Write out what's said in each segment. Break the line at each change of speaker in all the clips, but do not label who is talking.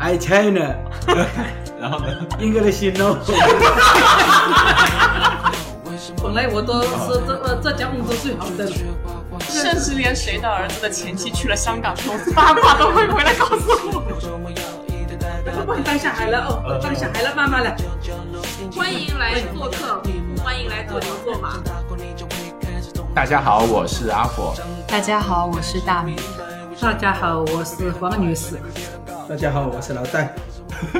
I China，
然后呢？
English no，
本来我都是这呃浙江温州最好的，
甚至连谁的儿子的前妻去了香港什么八卦都会回来告诉我。
我当下海了哦，当下海了，妈妈了，
欢迎来做客，欢迎来做牛做马。
大家好，我是阿火。
大家好，我是大米。
大家好，我是黄女士，
大家好，我是老戴。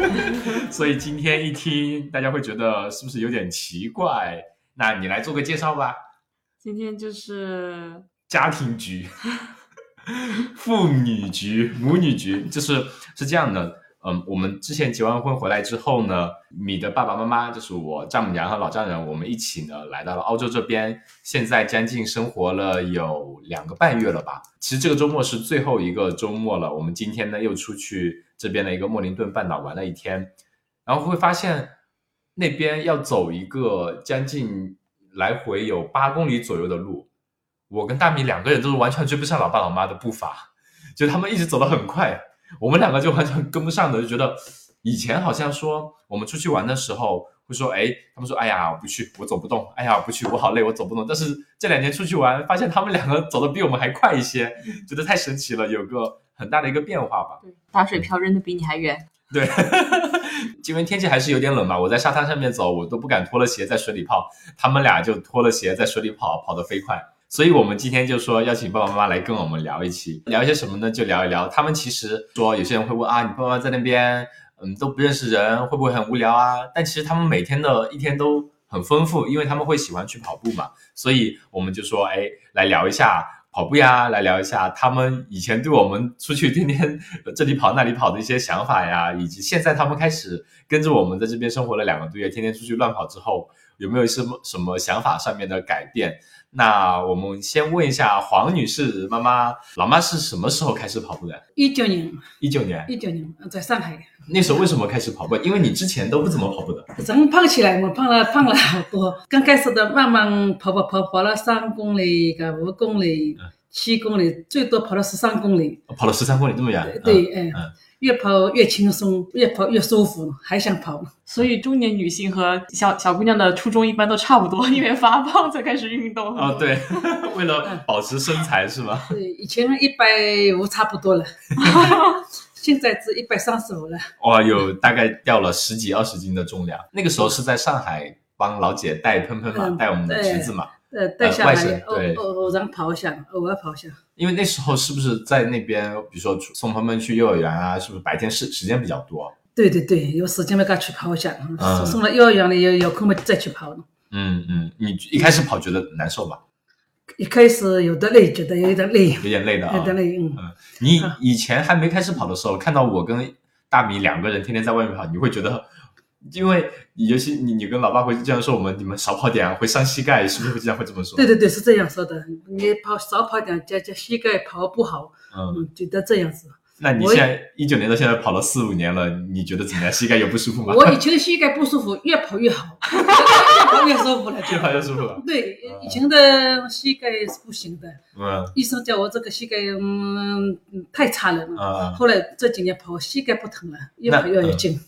所以今天一听，大家会觉得是不是有点奇怪？那你来做个介绍吧。
今天就是
家庭局、 父女局、母女局，就是是这样的。嗯，我们之前结完婚回来之后呢，你的爸爸妈妈就是我丈母娘和老丈人，我们一起呢来到了澳洲这边，现在将近生活了有两个半月了吧。其实这个周末是最后一个周末了，我们今天呢又出去这边的一个莫林顿半岛玩了一天，然后会发现那边要走一个将近来回有八公里左右的路，我跟大米两个人都是完全追不上老爸老妈的步伐，就他们一直走得很快。我们两个就完全跟不上的，就觉得以前好像说我们出去玩的时候会说，哎，他们说，哎呀，我不去，我走不动，哎呀，我不去，我好累，我走不动。但是这两年出去玩，发现他们两个走的比我们还快一些，觉得太神奇了，有个很大的一个变化吧。
打水漂扔的比你还远。
对， 因为天气还是有点冷嘛，我在沙滩上面走，我都不敢脱了鞋在水里泡，他们俩就脱了鞋在水里跑，跑得飞快。所以我们今天就说邀请爸爸妈妈来跟我们聊一期，聊一些什么呢？就聊一聊他们其实说有些人会问啊，你爸妈在那边，嗯，都不认识人，会不会很无聊啊？但其实他们每天的一天都很丰富，因为他们会喜欢去跑步嘛。所以我们就说，哎，来聊一下跑步呀，来聊一下他们以前对我们出去天天呃这里跑那里跑的一些想法呀，以及现在他们开始跟着我们在这边生活了两个多月，天天出去乱跑之后，有没有什么什么想法上面的改变？那我们先问一下黄女士妈妈，老妈是什么时候开始跑步的？
一九年，
一九年，
一九年呃在上海，
那时候为什么开始跑步？因为你之前都不怎么跑步的。
怎么胖起来？我胖了，胖了好多。刚开始的慢慢跑跑跑跑了三公里、个五公里、
嗯
七公里，最多跑了十三公里。
跑了十三公里这么远，嗯
对，嗯
嗯，
越跑越轻松，越跑越舒服，还想跑。
所以中年女性和小小姑娘的初衷一般都差不多，因为发胖才开始运动。
哦，对， 为了保持身材是吗？
对，以前一百五差不多 了，现在是一百三十五了。
哇，有大概掉了十几二十斤的重量。那个时候是在上海帮老姐带喷喷嘛，
嗯
带我们的侄子嘛。
呃，带下
外
来
省
偶
对
偶偶然跑一下，偶尔跑一下。
因为那时候是不是在那边，比如说送喷喷去幼儿园啊，是不是白天时时间比较多？
对对对，有时间嘛，该去跑一下。
嗯
送了幼儿园了，有有空嘛再去跑。
嗯嗯，你一开始跑觉得难受吧？
一开始有的累，觉得有点累，
有点累的啊。
有点累，嗯。
你以前还没开始跑的时候，看到我跟大米两个人天天在外面跑，你会觉得，因为尤其你你跟老爸会这样说我们，你们少跑点啊，会伤膝盖，是不是会这样会这么说？
对对对，是这样说的。你跑少跑点，加加膝盖跑不好，
嗯，
嗯，觉得这样子。
那你
我
现在一九年到现在跑了四五年了，你觉得怎么样？膝盖有不舒服吗？
我以前的膝盖不舒服，越跑越好，越跑越舒服了。
越跑越舒服了。
对，
啊
以前的膝盖是不行的，
嗯
医生叫我这个膝盖嗯太差了。
嗯，
后来这几年跑膝盖不疼了，越
那嗯
跑越有劲。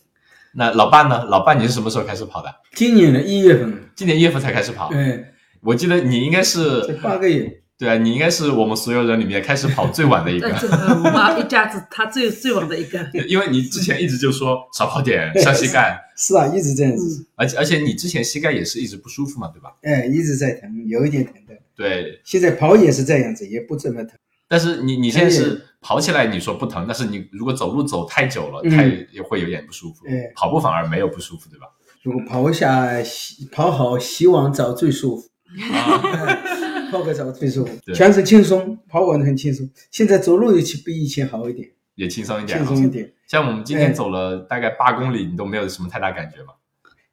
那老爸呢？老爸你是什么时候开始跑的？
今年的一月份，
今年一月份才开始跑。
哎，
我记得你应该
这
是，
八个月，
对啊，你应该是我们所有人里面开始跑最晚的一个
但。这个我妈一家子，她最最晚的一个。
因为你之前一直就说少跑点，伤膝盖，
是啊，一直这样子，
而且而且你之前膝盖也是一直不舒服嘛，对吧？
哎，一直在疼，有一点疼的。
对，
现在跑也是这样子，也不怎么疼。
但是你你现在是跑起来你说不疼，但是你如果走路走太久了，
嗯
太也会有点不舒服
嗯。
跑步反而没有不舒服，对吧？
如果跑一下，洗跑好洗完澡最舒服，
啊
泡个澡最舒服，
对
全身轻松，跑完很轻松。现在走路也比以前好一点，
也轻松一点
轻
啊。
松一点，
像我们今天
哎
走了大概八公里，你都没有什么太大感觉嘛？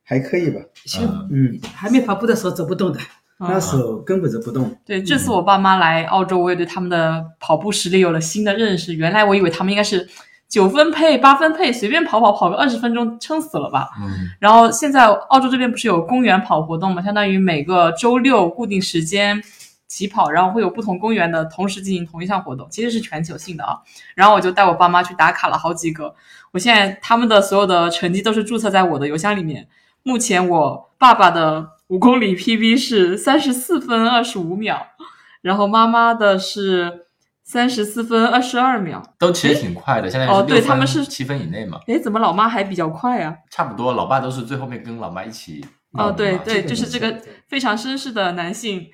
还可以吧？
行，
嗯，
还没跑步的时候走不动的。
啊
那时候根本走不动。
对，这次我爸妈来澳洲，我也对他们的跑步实力有了新的认识。原来我以为他们应该是九分配、八分配，随便跑跑跑个二十分钟，撑死了吧。
嗯
然后现在澳洲这边不是有公园跑活动嘛，相当于每个周六固定时间，起跑，然后会有不同公园的同时进行同一项活动，其实是全球性的啊。然后我就带我爸妈去打卡了好几个，我现在他们的所有的成绩都是注册在我的邮箱里面。目前我爸爸的五公里 PB 是三十四分二十五秒，然后妈妈的是三十四分二十二秒。
都其实挺快的，现在
哦对
6分
他们是
七分以内嘛，
诶，怎么老妈还比较快啊？
差不多。老爸都是最后面跟老妈一起
哦，
弄的
对
嘛
对，
这个
就是
能理
这个
解
非常绅士的男性，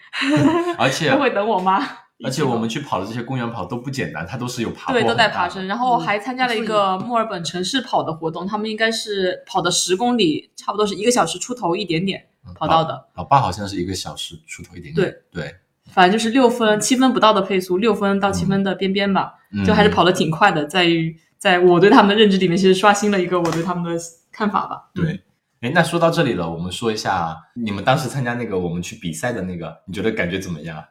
而且
都会等我妈。
而且我们去跑的这些公园跑都不简单，它都是有爬坡，
对，都在爬升。。然后还参加了一个墨尔本城市跑的活动，他们应该是跑的十公里，差不多是一个小时出头一点点跑到的。
嗯老爸好像是一个小时出头一点点。对
反正就是六分七分不到的配速，六分到七分的边边吧，
对，
就还是
嗯
跑得挺快的。在于在我对他们的认知里面，其实刷新了一个我对他们的看法吧。
对。哎，那说到这里了，我们说一下你们当时参加那个我们去比赛的那个，你觉得感觉怎么样？啊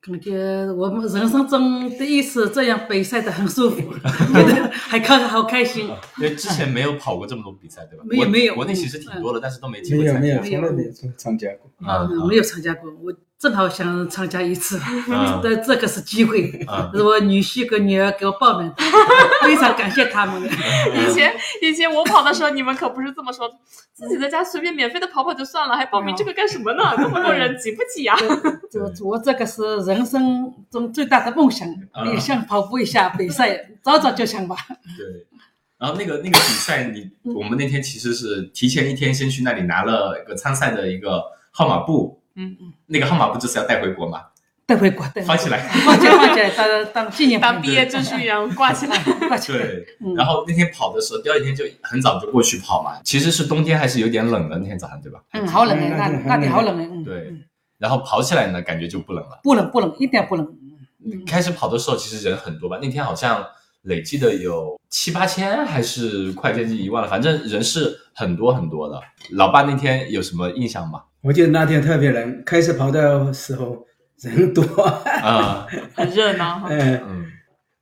感觉我们人生中第一次这样比赛的很 舒服，觉得还看好开心。
因为之前没有跑过这么多比赛，对吧？
没有
国
没有
国内其实挺多的，但是都没机
没
会
有
参
没
加
有，。从来没有参加过。
嗯
嗯，没有参加过，我正好想参加一次，
嗯
但 这个是机会，
嗯
是我女婿跟女儿给我报名的， 非常感谢他们的。
以前 以前我跑的时候，你们可不是这么说，自己在家随便免费的跑跑就算了，还报名这个干什么呢？那么多人挤不挤啊？
我我这个是人生中最大的梦想，
嗯
也想跑步一下比赛，早早就想吧。
对。然后那个那个比赛你，
嗯
我们那天其实是提前一天先去那里拿了一个参赛的一个号码布，
嗯
嗯，那个号码布就是要带回国嘛，
带回国，带回
发
国
起来。
挂起来，挂起来，当当纪念
当
品
毕业证书一样挂起来。
挂起来。
对，
嗯
然后那天跑的时候，第二天就很早就过去跑嘛，其实是冬天还是有点冷的，那天早上对吧？
嗯，好冷的，那
嗯
那里好冷的，嗯，
对
嗯，
然后跑起来呢，感觉就不冷了。
不冷不冷，一点不冷。嗯
开始跑的时候其实人很多吧，那天好像累计的有七八千，还是快接近一万了，反正人是很多很多的。老爸那天有什么印象吗？
我记得那天特别冷，开始跑的时候人 多，
啊、
很热闹哈。
哎，
嗯，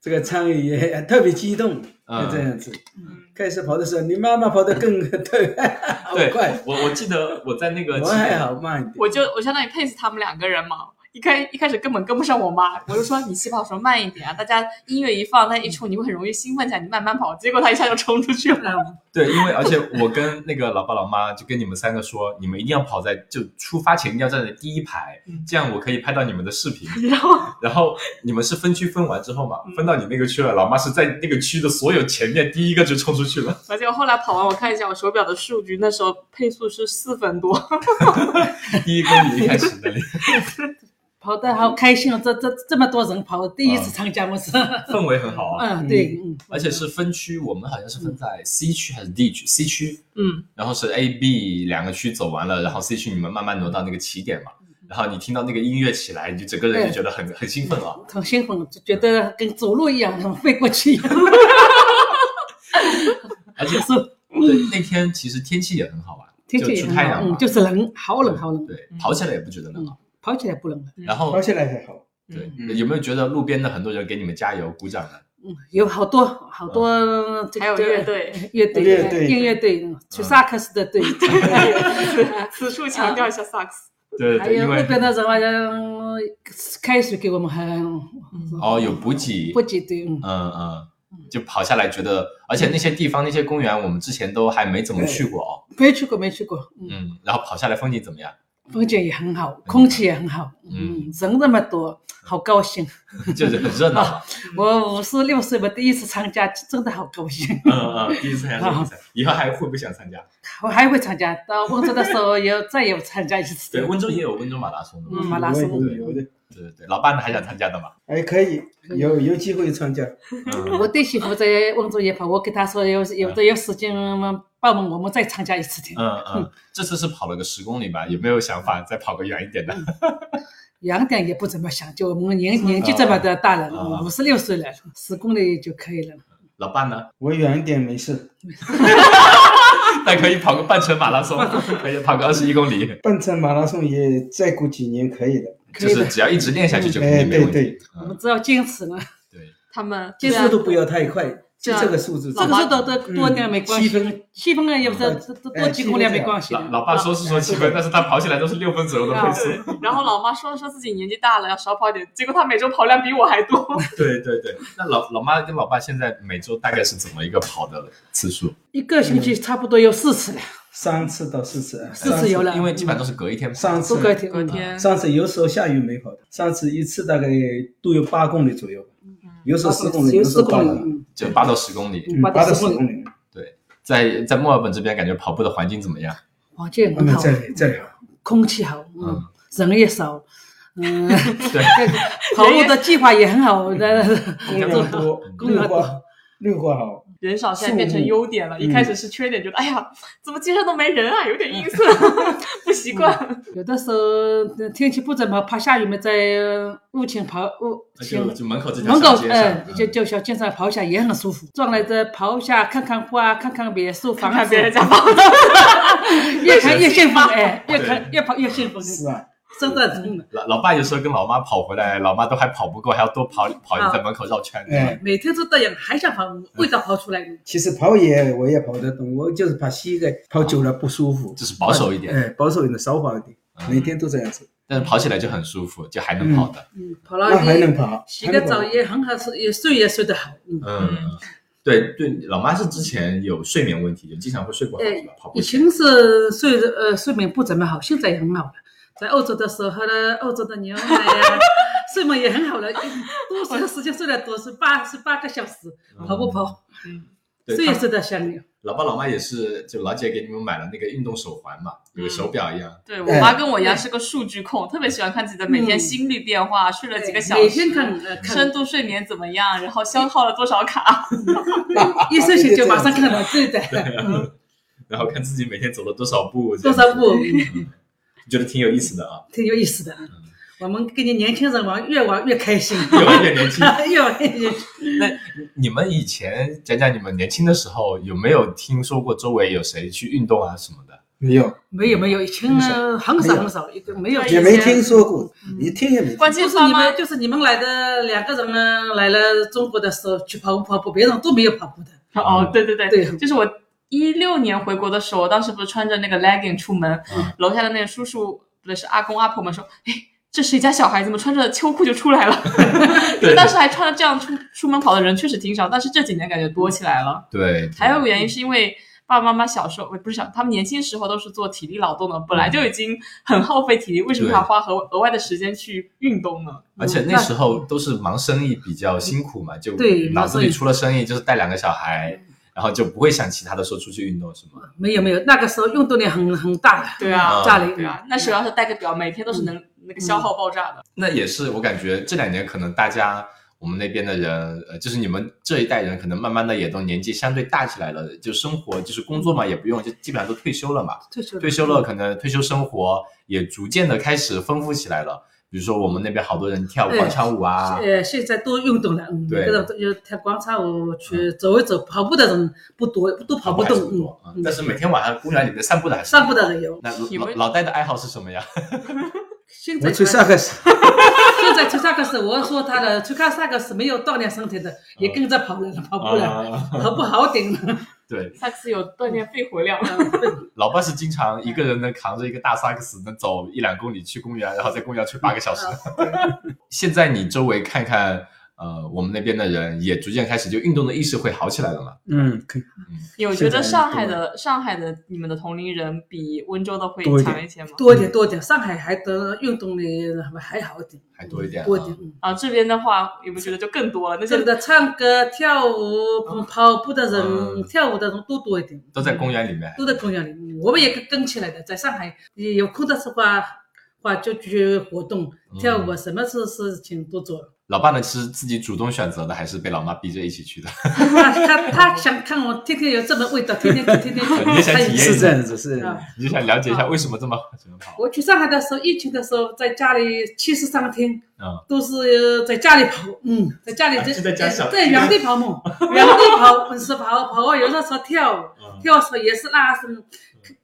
这个参与也特别激动，
嗯
啊
就这样子。开始跑的时候，你妈妈跑得更对，好
对
快，，
我我记得我在那个
我
起
还
点
好慢一点。
我就我相当于配死他们两个人嘛。一开一开始根本跟不上我妈，我就说你起跑时候慢一点啊，大家音乐一放，她一冲，你会很容易兴奋起来，你慢慢跑。结果她一下就冲出去了。
对，因为而且我跟那个老爸老妈就跟你们三个说，你们一定要跑在就出发前一定要站在第一排，这样我可以拍到你们的视频。
然后
然后你们是分区分完之后嘛，分到你那个区了，老妈是在那个区的所有前面第一个就冲出去了。
结果后来跑完，我看一下我手表的数据，那时候配速是四分多。
第一公里一开始那里
跑得好开心哦！这这这么多人跑，第一次参加我是，
氛围很好啊，
嗯，对，嗯，
而且是分区，我们好像是分在 C 区还是 D 区？C 区，
嗯，
然后是 A、B 两个区走完了，然后 C 区你们慢慢挪到那个起点嘛。
嗯
然后你听到那个音乐起来，你就整个人就觉得很很兴奋啊了。
很兴奋，就觉得跟走路一样，飞过去一样。
而且
是
对，那天其实天气也很好玩，
天气也
就出
很
太
好，
阳嘛，
嗯，就是冷，好冷好冷，
对，跑起来也不觉得冷啊。
跑起来不冷了。
然后
跑起来还好，
对，
嗯
有没有觉得路边的很多人给你们加油鼓掌呢？
嗯，有好多好多，
嗯
这
还有
这
乐队，
乐队，
乐队
音乐队，嗯去萨克斯的 队，
此处强调一下萨克斯。
对
还
对，
有
因
路
为
边的人好像开水给我们喝，
哦有补给
不，挤兑，嗯
嗯嗯，就跑下来觉得，而且那些地方那些公园我们之前都还没怎么去过哦，
没去过没去过，嗯。
嗯，然后跑下来风景怎么样？
风景也很好，空气也很好，
嗯
嗯，人那么多，好高兴。
就是很热闹，
我五十六岁，我第一次参加，真的好高兴。
嗯嗯，第一次参加这个比赛， 以后还会不会想参加？
我还会参加，到温州的时候也再也参加一次。
对，温州也有温州马拉松的嘛，
嗯马拉松
有有有的，
对对对，老爸呢还想参加的嘛？
哎，可以有有机会参加，
嗯
我对媳妇在温州也跑，我跟她说有有的有时间报名，我们再参加一次的。
嗯嗯，这次是跑了个十公里吧？有没有想法再跑个远一点的？
两点也不怎么想，就我们年年纪这么的大
啊
了，五十六岁了，十公里就可以了。
老爸呢？
我远一点没事，
但可以跑个半程马拉松，可以跑个二十一公里，
半程马拉松也再过几年可以的。
可
就
以
是
的，
只要一直练下去就肯
哎，
定没
对
问题。
对，
嗯
我们只要坚持了。
对，
他们
速度不要太快，这
这
这个数字
啊这个是多多多点没关
嗯七
系，
分
七分啊，也不是
哎
多多几公里也啊没关系
老
的。
老爸说是说七分，但是他跑起来都是六分左右的配速。
然后老妈说说自己年纪大了要少跑点，结果她每周跑量比我还多。
对对对，那老老妈跟老爸现在每周大概是怎么一个跑的次数？
一个星期差不多有四次了，
三次到四次，
四次有了，
因为基本上都是隔一天跑。
上次
都隔天，
隔天
上次有时候下雨没跑的，上次一次大概都有八公里左右，有时候十公里，
有
有时
四
候八
公里
公里，，
就八到十公里。
嗯
八
八
到
到
十
十
公
公
里，
里，
在在墨尔本这边，感觉跑步的环境怎么样？
哇，哦这
那
很
么
好
这，里这里好，
空气好，嗯，人也少，嗯，
对，
跑路的计划也很好， 那
公园多，
公园
绿
多
化绿化好，
人少现在变成优点了，
嗯
一开始是缺点，觉得哎呀，怎么街上都没人啊，有点阴 森，不习惯。
有的时候天气不怎么，怕下雨嘛，在雾前跑雾
就
前
就门口这条
门口
小街
哎
上，，嗯
就就小街上跑一下也很舒服，转来这跑一下，看看花，看看别墅房
看
子，
别人家跑的，
越看 越幸福，哎，越看越跑越幸福，
是吧？
真的真的，
老老爸有时候跟老妈跑回来，老妈都还跑不够，还要多
嗯
跑跑一在门口绕圈。
哎，
每天都这样，还想跑，为啥跑出来呢？
其实跑也我也跑得动，我就是怕膝盖跑久了不舒服，
就是保守一点嗯
哎，保守一点，少跑一点，每天都这样子，
但是跑起来就很舒服，就还能跑的。
嗯，跑了
那还能
一
跑，
洗
还
个
能跑
澡也很好，睡也睡也睡得好，嗯。
嗯，对对，老妈是之前有睡眠问题，就经常会睡不好，
哎
是吧？跑步
以前是睡呃睡眠不怎么好，现在也很好了。在澳洲的时候喝了澳洲的牛奶呀、睡眠也很好了。多睡的时间睡了多是八十八个小时，跑不跑？
对
睡也
他
睡得香了。
老爸老妈也是，就老姐给你们买了那个运动手环嘛，
嗯
有个手表一样。
对我妈跟我一样是个数据控，特别喜欢看自己的每天心率变化，睡了几个小时，
嗯每天看呃看
深，度睡眠怎么样，然后消耗了多少卡。
一睡醒就马上看了自己的
然后看自己每天走了多少步，
多少步，
嗯觉得挺有意思的啊，
挺有意思的。我们跟你年轻人玩，越玩越开心，
越来越年轻。
越玩越开心。
那你们以前讲讲你们年轻的时候，有没有听说过周围有谁去运动啊什么的？
没有，
没有没有，以前呢很少很少，一个没有
对
也没听说过，一听也没听。
关键
就是是
妈
你
妈
们，就是你们来的两个人呢，来了中国的时候去跑步跑步，别人都没有跑步的。
哦，对对对，
对
就是我一六年回国的时候，我当时不是穿着那个 legging 出门，
嗯
楼下的那个叔叔不对是阿公阿婆们说，哎，这谁家小孩怎么穿着秋裤就出来了？因为当时还穿着这样出出门跑的人确实挺少，但是这几年感觉多起来了。
对，
还有一个原因是因为。爸爸妈妈小时候，不是小，他们年轻时候都是做体力劳动的，本来就已经很耗费体力，为什么还要花额额外的时间去运动呢？
而
嗯
且那时候都是忙生意，比较辛苦嘛，就
对
脑子里除了生意就是带两个小孩，然后就不会想其他的说出去运动什么。
没有没有，那个时候运动量很很大的，
对啊，
家里
对啊，那时候要是带个表，每天都是能、那个消耗爆炸的。
那也是我感觉这两年可能大家我们那边的人，呃，就是你们这一代人，可能慢慢的也都年纪相对大起来了，就生活就是工作嘛也不用，就基本上都退休了嘛。
退休
退休了，可能退休生活也逐渐的开始丰富起来了。比如说我们那边好多人跳
对
广场舞啊，
呃，现在都运动了，嗯，
对
各种就跳广场舞去走一走，跑步的人不多，都跑
步
不
还是不
动
多，啊
嗯，
但
嗯，
是每天晚上公园里面散步的还是
散步的人有。
那
你
老
们
老戴的爱好是什么呀？
现在
我去萨克斯，
现在吹萨克斯，我说他的吹看萨克斯没有锻炼身体的，也跟着跑了，跑步了，
啊，
跑步好点了。
对，
萨克斯有锻炼肺活量，
老爸是经常一个人能扛着一个大萨克斯，能走一两公里去公园，然后在公园吹八个小时。现在你周围看看，呃，我们那边的人也逐渐开始就运动的意识会好起来了嘛？
嗯，可以
有觉得上海的上海的你们的同龄人比温州的会
多一点
强一些吗？
多一
嗯
点多一点，上海还得运动的还好一点，
还多一点啊
多一点。嗯
啊，这边的话有没有觉得就更多了？那些
这里的唱歌、跳舞、跑步的人、
嗯
跳舞的人都多一点，
都在公园里面，
都在公园里。嗯我们也跟跟起来的，在上海也有空的时候啊，话就去活动、跳舞，啊，什么事事情 都做。
老爸呢是自己主动选择的，还是被老妈逼着一起去的？
他他他想看我天天有这么味道，天天去，天天 去
你也想
他
体验一下
是这样子，是
啊
你就想了解一下为什么这么喜欢跑？
我去上海的时候，疫情的时候，在家里七十三天，
嗯
都是在家里跑，嗯，在家里
啊是在家想
在原地 跑嘛，嗯原地跑，是跑跑，有的时候跳舞，跳的时候也是拉伸，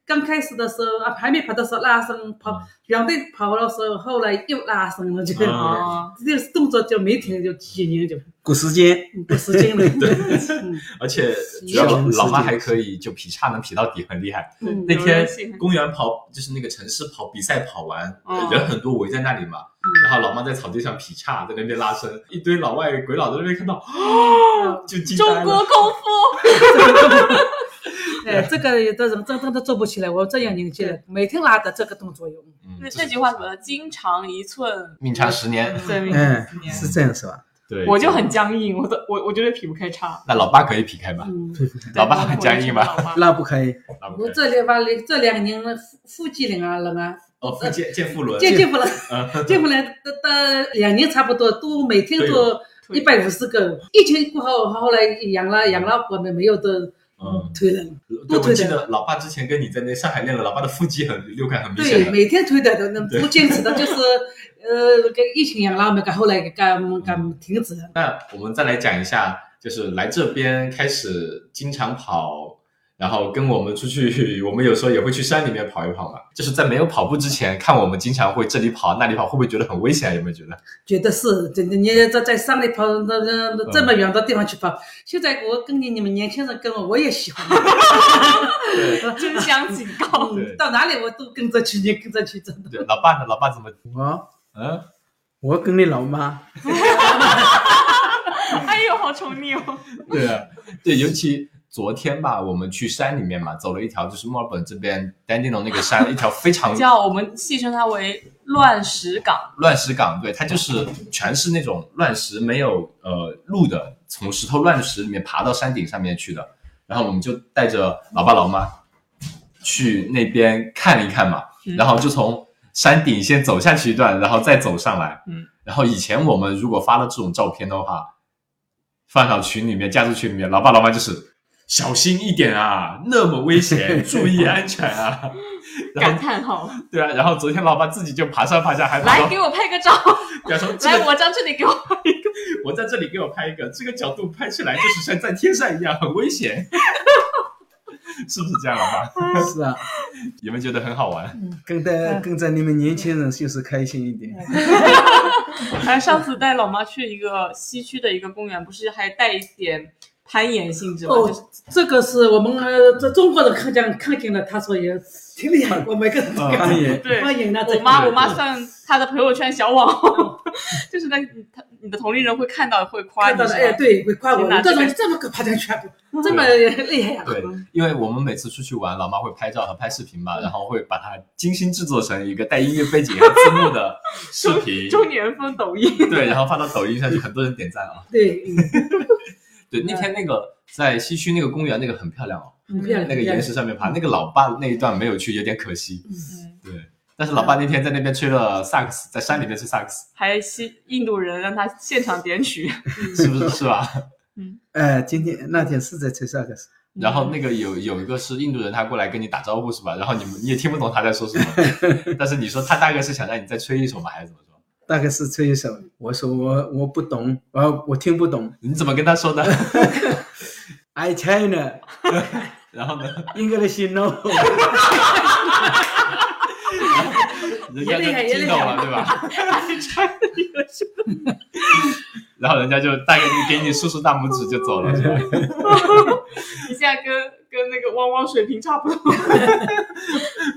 刚开始的时候啊，还没跑的时候拉伸跑
嗯，
两队跑的时候，后来又拉伸了，就
嗯
啊，
这个动作就没停，就几 年就
鼓时间，
不使劲了。嗯
而且主要
是
老妈还可以，就劈叉能劈到底，很厉害。
嗯
那
有
天
人性
公园跑就是那个城市跑比赛跑完，
哦
人很多围在那里嘛，
嗯
然后老妈在草地上劈叉，在那边拉伸，一堆老外鬼佬在那边看到，啊 就惊呆
中
了。
国功夫。
哎，这个有的人真真的做不起来，我这样年纪了，每天拉的这个动作有。
嗯
那
这
那
是
句话什么？经常一寸，
命长十年，
对，命长
嗯
十，年。
是这样是吧？
对，
我就很僵硬，我都我我觉得劈不开叉。
那老爸可以劈开吧？
嗯，
老爸很僵硬吧？
吧？
那不可以，
老爸
我这里吧，这两年了，腹肌人啊人啊，
哦，腹见见 腹轮，
见见不了，
啊
见不了，到到呃两年差不多，都每天都一百五十个。疫情过后，后来养了养老婆们没有都
嗯，
推了，
对，
多
我
推
记
点
得老爸之前跟你在那上海练了，老爸的腹肌很六块很明显
对，
的。
每天推的都能不坚持的， 就是呃，跟疫情养老们，跟后来敢
嗯
敢停止了。
那我们再来讲一下，就是来这边开始经常跑，然后跟我们出去， 我们有时候也会去山里面跑一跑嘛。就是在没有跑步之前，看我们经常会这里跑那里跑，会不会觉得很危险啊？有没有觉得？
觉得是，真的，你在在山里跑，那
嗯
那这么远的地方去跑。现在我跟你你们年轻人跟我，我也喜 欢。
真相警告，
对
嗯，到哪里我都跟着去，你跟着去，真的。
对，老爸呢？老爸怎么？
我
嗯，
我跟你老妈，
哎呦，好宠你哦！
对啊， 对，尤其。昨天吧，我们去山里面嘛，走了一条就是墨尔本这边丹地龙那个山，一条非常
叫我们戏称它为“乱石港
乱石港，对，它就是全是那种乱石，没有呃路的，从石头乱石里面爬到山顶上面去的。然后我们就带着老爸老妈去那边看一看嘛，
嗯
然后就从山顶先走下去一段，然后再走上来。
嗯，
然后以前我们如果发了这种照片的话，放到群里面、家族群里面，老爸老妈就是小心一点啊，那么危险，注意安全啊。”然
感
后
叹号，
对啊，然后昨天老爸自己就爬上爬下，还爬到
来给我拍个照，
假如这
来
个
我站这里给我拍一个，
我在这里给我拍一个，这个角度拍起来就是像在天上一样，很危险， 是不是这样的话？
是啊，
有没有觉得很好
嗯
玩？
跟着
嗯
跟着你们年轻人就是开心一点，”。
哎，上次带老妈去一个西区的一个公园，不是还带一点攀岩性质吗？
哦
就是
这个是我们呃，这中国人看见看见了，他说也挺厉害，我每个人都
嗯
攀岩，
对，
欢迎了。这
我
个啊
妈，
对
我妈
对
算她的朋友圈小网红， 就是那她你的同龄人会看到会夸
看
你
到，了，哎，
是吧
对，会夸我，
天哪
你这
这
种
个
这么个爬上去，
嗯
这么厉害呀！啊
对，因为我们每次出去玩，老妈会拍照和拍视频嘛，然后会把它精心制作成一个带音乐背景和字幕的视 频，
中年风抖音，
对，然后放到抖音上去，很多人点赞啊。
对，嗯
对，那天那个在西区那个公园，那个很漂亮哦，
很漂亮。
那个岩石上面爬，
嗯
那个老爸那一段没有去，有点可惜。
嗯
对，但是老爸那天在那边吹了萨克斯，在山里面吹萨克斯。
还西印度人让她现场点曲，
是不是是吧？
哎，今天那天是在吹萨克斯，
然
嗯
后那个有有一个是印度人，他过来跟你打招呼是吧？然后你们你也听不懂他在说什 么，但是你说他大概是想让你再吹一首吗？还是怎么说？
大概是吹一首，我说我我不懂，我我听不懂
你怎么跟他说的？
，I China
然后呢，
English no，
人家
也厉害
就听懂了
也
对吧？ 然后人家就大概就给你竖竖大拇指就走了是吧？
你现在跟跟那个汪汪水平差不多。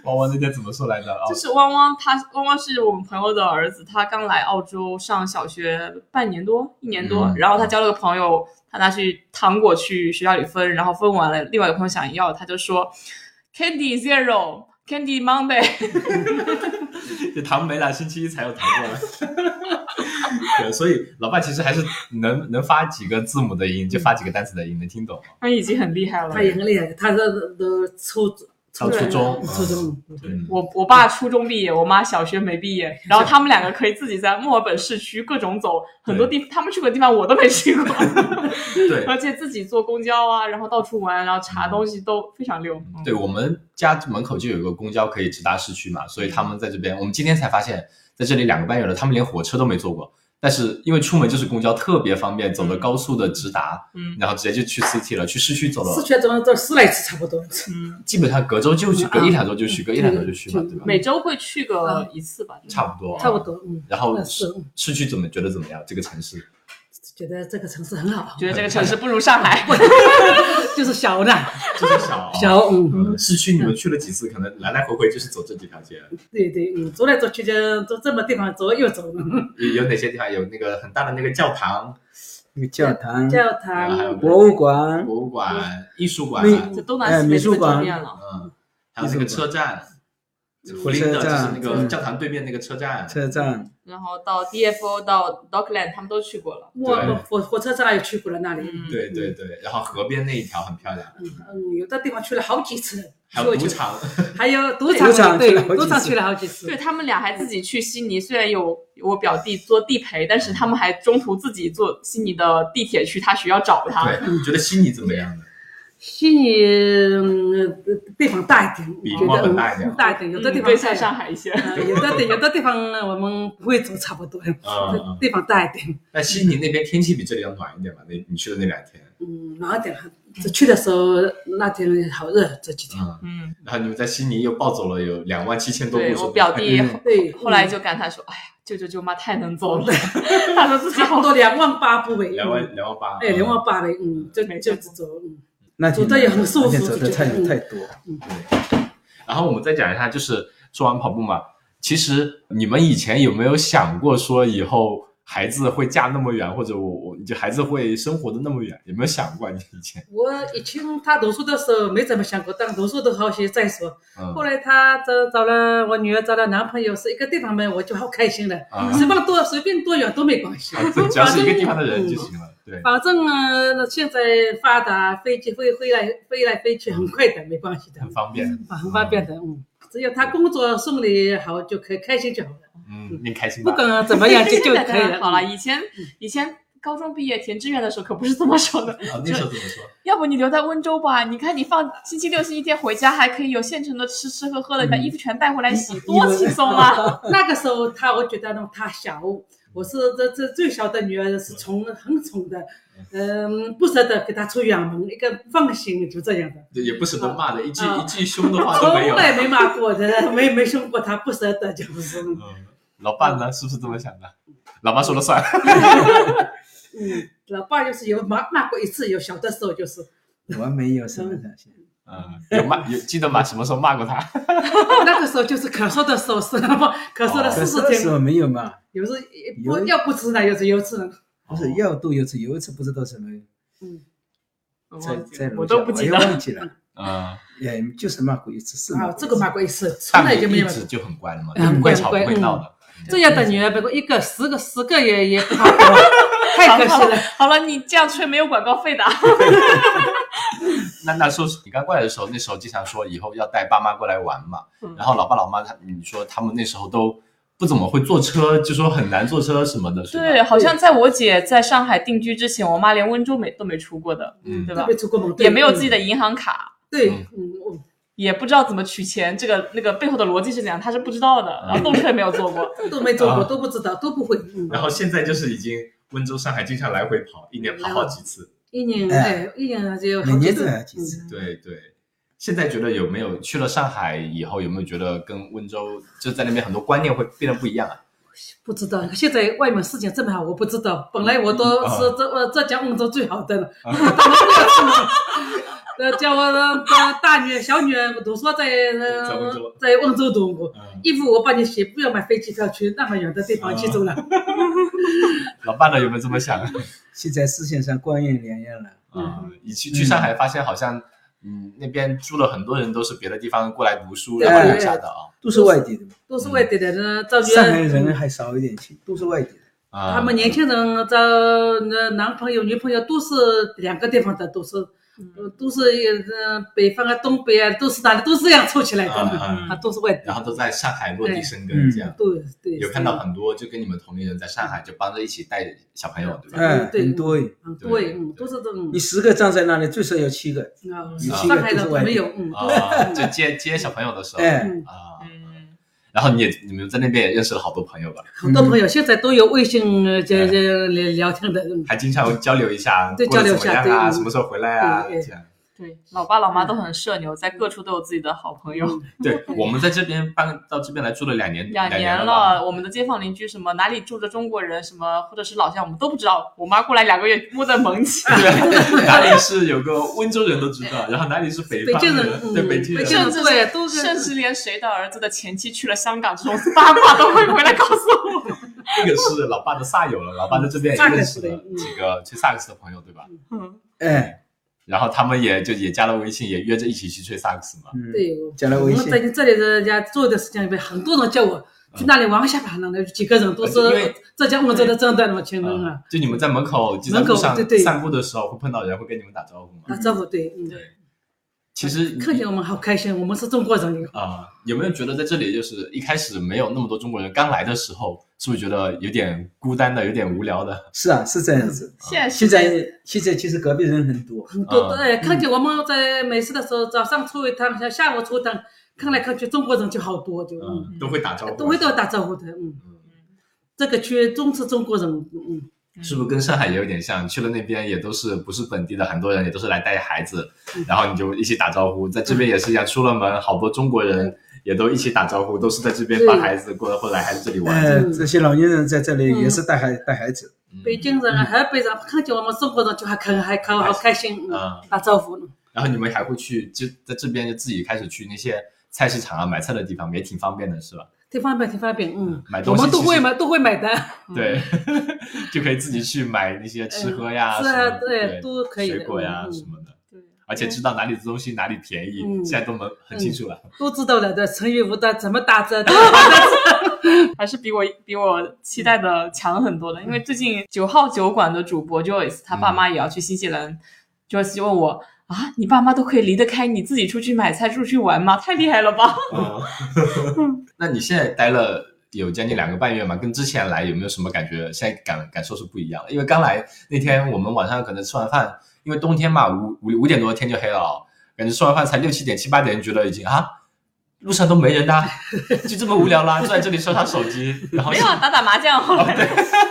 汪汪那天怎么说来着？哦
就，是汪汪他，汪汪是我们朋友的儿子，他刚来澳洲上小学半年多，一年多，
嗯
然后他交了个朋友，他拿去糖果去学校里分，然后分完了，另外一个朋友想要，他就说 Candy Zero。Candy Monday，
这糖没了，星期一才有糖过来。 对，所以老爸其实还是能能发几个字母的音，就发几个单词的音，能听懂。
他已经很厉害了
他。也很厉害，他是都初
到
初
初中，
初中，
嗯，
我我爸初中毕业，我妈小学没毕业，然后他们两个可以自己在墨尔本市区各种走，很多地他们去过的地方我都没去过，
对
而且自己坐公交啊，然后到处玩，然后查东西都非常溜。嗯
对，我们家门口就有一个公交可以直达市区嘛，所以他们在这边，我们今天才发现，在这里两个半月了，他们连火车都没坐过。但是因为出门就是公交特别方便，走的高速的直达，
嗯
然后直接就去 CT 了，去市区走
四
了，
圈总共走十来次差不多。
嗯，
基本上隔周就去，隔一两周就去，隔一两周就去嘛，对吧？
每周会去
嗯
个一次吧，
差不多，啊
差不。多，嗯，
然后
那
市
是
市区怎么觉得怎么样？这个城市
觉得这个城市很好，
觉得这个城市不如上海。
就是小的，
就是小
小，嗯，
嗯市区你们去了几次？可能来来回回就是走这几条街，
对对，嗯，走来走去就走这么地方走又走，
有有哪些地方有那个很大的那个教堂，
那个教堂、
教
然后还有
堂、
博物馆，
博物馆、艺术馆，啊
嗯
这东
哎
南西北都见面了，
嗯，还有那个车站，胡林
车
的，就是
站
那个
嗯
教堂对面那个车站，
车站，
然后到 DFO 到 Dockland 他们都去过了。
我
对
火火车站也去过了那里，
嗯，
对对对，然后河边那一条很漂亮，
嗯，有的地方去了好几次，
还有赌
去 过去
场，
还有赌
赌场
场，
去
对
了好，几
赌场
次
去了好几次
对，他们俩还自己去悉尼，虽然有我表弟做地陪，但是他们还中途自己坐悉尼的地铁去他学校找他。
对，你觉得悉尼怎么样呢？
悉尼嗯地方大一点，
比
我觉得
墨尔本
嗯
大一点
大一点，有的地
嗯
方
对像
大一点
上海一些，
嗯有的地有的地方呃我们不会走，差不多，
嗯
地方大一点，
那悉尼那边天气比这里要暖一点吧？那你去的那两天，
嗯，暖一点。这去的时候那天好热，这几天。
嗯，
嗯，
然后你们在悉尼又暴走了有两万七千多步，
对
是不
我
是
表弟
嗯
对，
后来就感叹说：“哎呀，舅舅舅妈太能走了。”他说自己
差不
好
多两万八不为，
两万两万八，
哎，两万八嘞，嗯，就
没
就
错
走，嗯，
那天
走得也很舒服
那天走的太
就觉得嗯
太多，
然后我们再讲一下，就是说完跑步嘛，其实你们以前有没有想过说以后孩子会嫁那么远，或者我我就孩子会生活的那么远，有没有想过啊你以前？
我以前他读书的时候没怎么想过，但读书的好些再说。
嗯，
后来他找找了我女儿找了男朋友是一个地方的，我就好开心了，
啊
随便多随便多远都没关系，
啊这 只要是一个地方的人就行了，对，
反正呃那现在发达，飞机飞飞来飞来飞去很快的，没关系的
很，方便。
很方便的，嗯，只要他工作顺利好就可以开心就好了，
嗯，你开心
不
吧？
管怎么样就就
对对
可以
对
了。嗯
好了，以前以前高中毕业填志愿的时候可不是这么说的，
啊，那时候怎么说？
要不你留在温州吧？你看你放星期六、星期天回家，还可以有现成的吃吃喝喝
嗯
的，把衣服全带回来 洗，多轻松啊！
那个时候他，我觉得呢，他小，我是这这最小的女儿，是宠很宠的，嗯，不舍得给她出远门，一个放心，就这样的，
也不舍得骂的，一句
啊
一句凶的话都没有
从。来没骂过的，没没凶过她，不舍得就是，嗯
嗯，老伴呢？是不是这么想的？老妈说了算。
嗯，老爸就是有骂骂过一次，有小的时候就是，
我没有什么想象。
嗯，有骂有记得骂什么时候骂过他？
那个时候就是咳嗽的时候是那么咳嗽了
可是
四十
那时
天，
候没有嘛，
有时不
有
要不吃呢，有时有吃呢，
不是要度有一次，有一次不知道什么，
我
在在楼
我
下，
都不
我
记
也
得。
忘记了，
嗯，
也就是骂过一次，是骂
啊，
过
这个骂过一次，从
但
来就没
一
有。
直就很乖了嘛，
嗯
就不会吵不会闹的。
这样的女儿，不过一个十个十个也也不好过，太可惜了。
好了，你这样吹没有广告 费的啊。
那那时候你刚过来的时候，那时候经常说以后要带爸妈过来玩嘛。
嗯
然后老爸老妈他你说他们那时候都不怎么会坐车，就说很难坐车什么的，是吧？
对，好像在我姐在上海定居之前，我妈连温州没都没出过的，
嗯
对嗯
都
吧
没？出过门，对
也没有自己的银行卡，
对，
嗯
嗯，我
也不知道怎么取钱，这个那个背后的逻辑是怎样，她是不知道的，然后动车也没有做 过。
都没做
啊
过，都不知道，都不会。嗯，
然后现在就是已经温州、上海经常来回跑，一年跑好几次。
一年
哎
哎，一年 就
每
好
年
几
都
次。
有几次。
嗯
对对。现在觉得有没有去了上海以后，有没有觉得跟温州就在那边很多观念会变得不一样啊？
不知道现在外面事情这么好，我不知道。本来我都
啊啊
是浙呃浙江温州最好的了，我都不要去 了。呃，叫我的大女儿、小女儿读书在呃
在温州
在温州读过，
嗯，
衣服我帮你洗，不要买飞机票去那么远的地方去走 了。
啊老伴呢有没有这么想？
现在视线上观念两样了，
啊，
嗯
你去去上海发现好像，嗯，那边住了很多人都是别的地方过来读书，
对
然后留下的啊
都是外地的，
都是外地的人，赵女
上海
儿
人还少一点去，都是外地的。
啊，
他们年轻人找呃男朋友、女朋友都是两个地方的，都是，呃都是呃北方啊、东北啊，都是哪里都是这样凑起来的嘛，
啊，
啊，都是外地
然后
的，
都在上海落地生根，
嗯
这样
对对，
有看到很多就跟你们同龄人在上海就帮着一起带小朋友，对吧？
哎，
对
很多耶。
很
对
多哎，嗯，都是这种
你，十个站在那里，最少有七个。
啊，
你
是
上海
都
的
是外地
朋友，嗯，
啊，就接接小朋友的时候
哎，
嗯，
啊，
嗯，
然后你也你们在那边也认识了好多朋友吧？
很多朋友现在都有微信呃
哎
这这聊聊天的，嗯
还经常交流一下，
对
过得
交流一
怎么
下
样啊，
对嗯
什么时候回来啊？
对
这样。
对，老爸老妈
嗯
都很社牛，在各处都有自己的好朋友。
对我们在这边搬到这边来住了两 年，
两
年
年
吧。
了，我们的街坊邻居什么哪里住着中国人，什么或者是老乡，我们都不知道。我妈过来两个月，摸得蒙起。
对，哪里是有个温州人都知道，然后哪里是北
北
方
京人
人，
嗯
对北京
北
人，
京人
甚
对
至
都是
甚至连谁的儿子的前妻去了香港这种八卦都会回来告诉 我。
这个是老爸的萨友了，老爸在这边也
萨克
认识
斯的
了
嗯
几个吹萨克斯的朋友，对吧？
哎，
然后他们也就也加了微信，也约着一起去吹萨克斯嘛。
嗯，
对，
加了
我
微
们
信啊
在，这里的人家做的事情里面，很多人叫我去那里玩一下吧，那那几个人都
哎
因为
是浙江温州的真的那么群人
嗯
啊，，
就你们在门口就在
门口
路上
对对
散步的时候会碰到人，会跟你们打招呼吗？
打招呼对，嗯，
其实
看见我们好开心，我们是中国人，有
啊、有没有觉得在这里就是一开始没有那么多中国人，刚来的时候是不是觉得有点孤单的，有点无聊的？
是啊，是这样子。
现在
现在现在其实隔壁人很多，
很多
嗯
哎，看见我们在美食的时候，早上出一趟，下下午出一趟，看来看去中国人就好多，就嗯，
嗯，都会
啊
打招呼，
都会都打招呼的，嗯
嗯，
这个区中是中国人，嗯，
是不是跟上海也有点像？去了那边也都是不是本地的，很多人也都是来带孩子，
嗯
然后你就一起打招呼。在这边也是一样，出了门好多中国人也都一起打招呼，都是在这边
对
把孩子过来或者来孩子这里玩。
呃，这些老年人在这里也是带孩带孩子，
嗯
北京人啊，河北人看见我们中国人就还很还开好开心，嗯
嗯，
打招呼呢，
然后你们还会去就在这边就自己开始去那些菜市场啊买菜的地方，也挺方便的，是吧？
挺方便挺方便，嗯
买，东
我
西
们都
其
会
实
买都会买单。
对， 就可以自己去买那些吃喝呀，什
嗯是啊
么的
对
对，
都可以的
水果呀
嗯
什么的。
对
而且知道哪里的东西哪里便宜，
嗯
现在都能很清楚了。
都知道了的，成语无端怎么打 折的，
还是比我比我期待的强很多的。因为最近九号酒馆的主播 Joyce，他爸妈也要去新西兰、j o y c e 就问我啊，你爸妈都可以离得开，你自己出去买菜、出去玩吗？太厉害了吧！
哦那你现在待了有将近两个半月嘛，跟之前来有没有什么感觉？现在感感受是不一样的，因为刚来那天我们晚上可能吃完饭，因为冬天嘛，五五五点多天就黑了哦，感觉吃完饭才六七点七八点，觉得已经啊。路上都没人啦、就这么无聊啦，坐在这里刷刷手机，然后
没有啊打打麻将，后来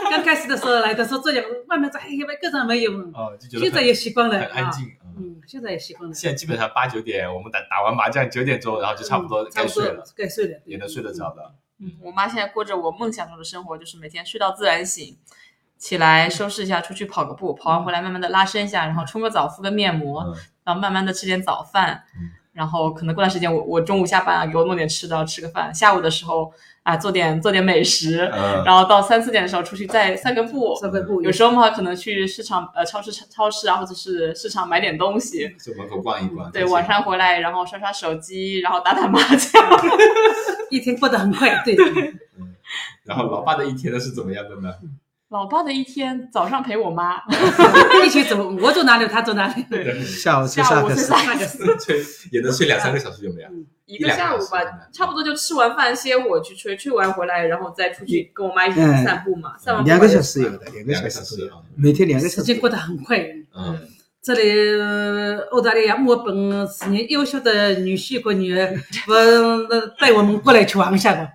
刚开始的时候来的时候这样，慢慢在哎呀，个人没有了，
哦，就觉得
现在
很
也习惯了，
很安静
啊。
嗯
嗯，现在也习惯了，
现在基本上八九点，我们打打完麻将九点钟，然后就差不多
嗯
该睡
差不
了
多，该睡了，
也能睡得着的。
嗯，我妈现在过着我梦想中的生活，就是每天睡到自然醒，起来收拾一下，出去跑个步，跑完回来慢慢的拉伸一下，然后冲个澡，敷个面膜，
嗯
然后慢慢的吃点早饭
嗯，
然后可能过段时间我我中午下班啊，给我弄点吃的，吃个饭，下午的时候啊做点做点美食，
嗯，
然后到三四点的时候出去再散个步。
社会部
有时候嘛，可能去市场呃超市超市啊，或者是市场买点东西。
就门口逛一逛。
对，
再起
晚上回来然后刷刷手机，然后打打麻将。
一天过得很快，对，
然后老爸的一天是怎么样的呢？
老爸的一天，早上陪我妈，
一起走，我走哪里他走哪里，
下午吃
下
萨
午
克
睡
斯，
萨克斯，
吹也能睡两三个小时有没有？
嗯
一个下午
一两个小
吧
时，
差不多就吃完饭歇会儿去吹，吹完回来，然后再出去跟我妈一起
嗯
散步嘛，散完步
两个小时
回来
有的，两个
两个
小
小
时
时
都有
啊，
每天两个小
时
时
间。过得很快。
嗯，
这里呃澳大利亚墨尔本是你优秀的女婿和女儿，我带我们过来去玩一下吧。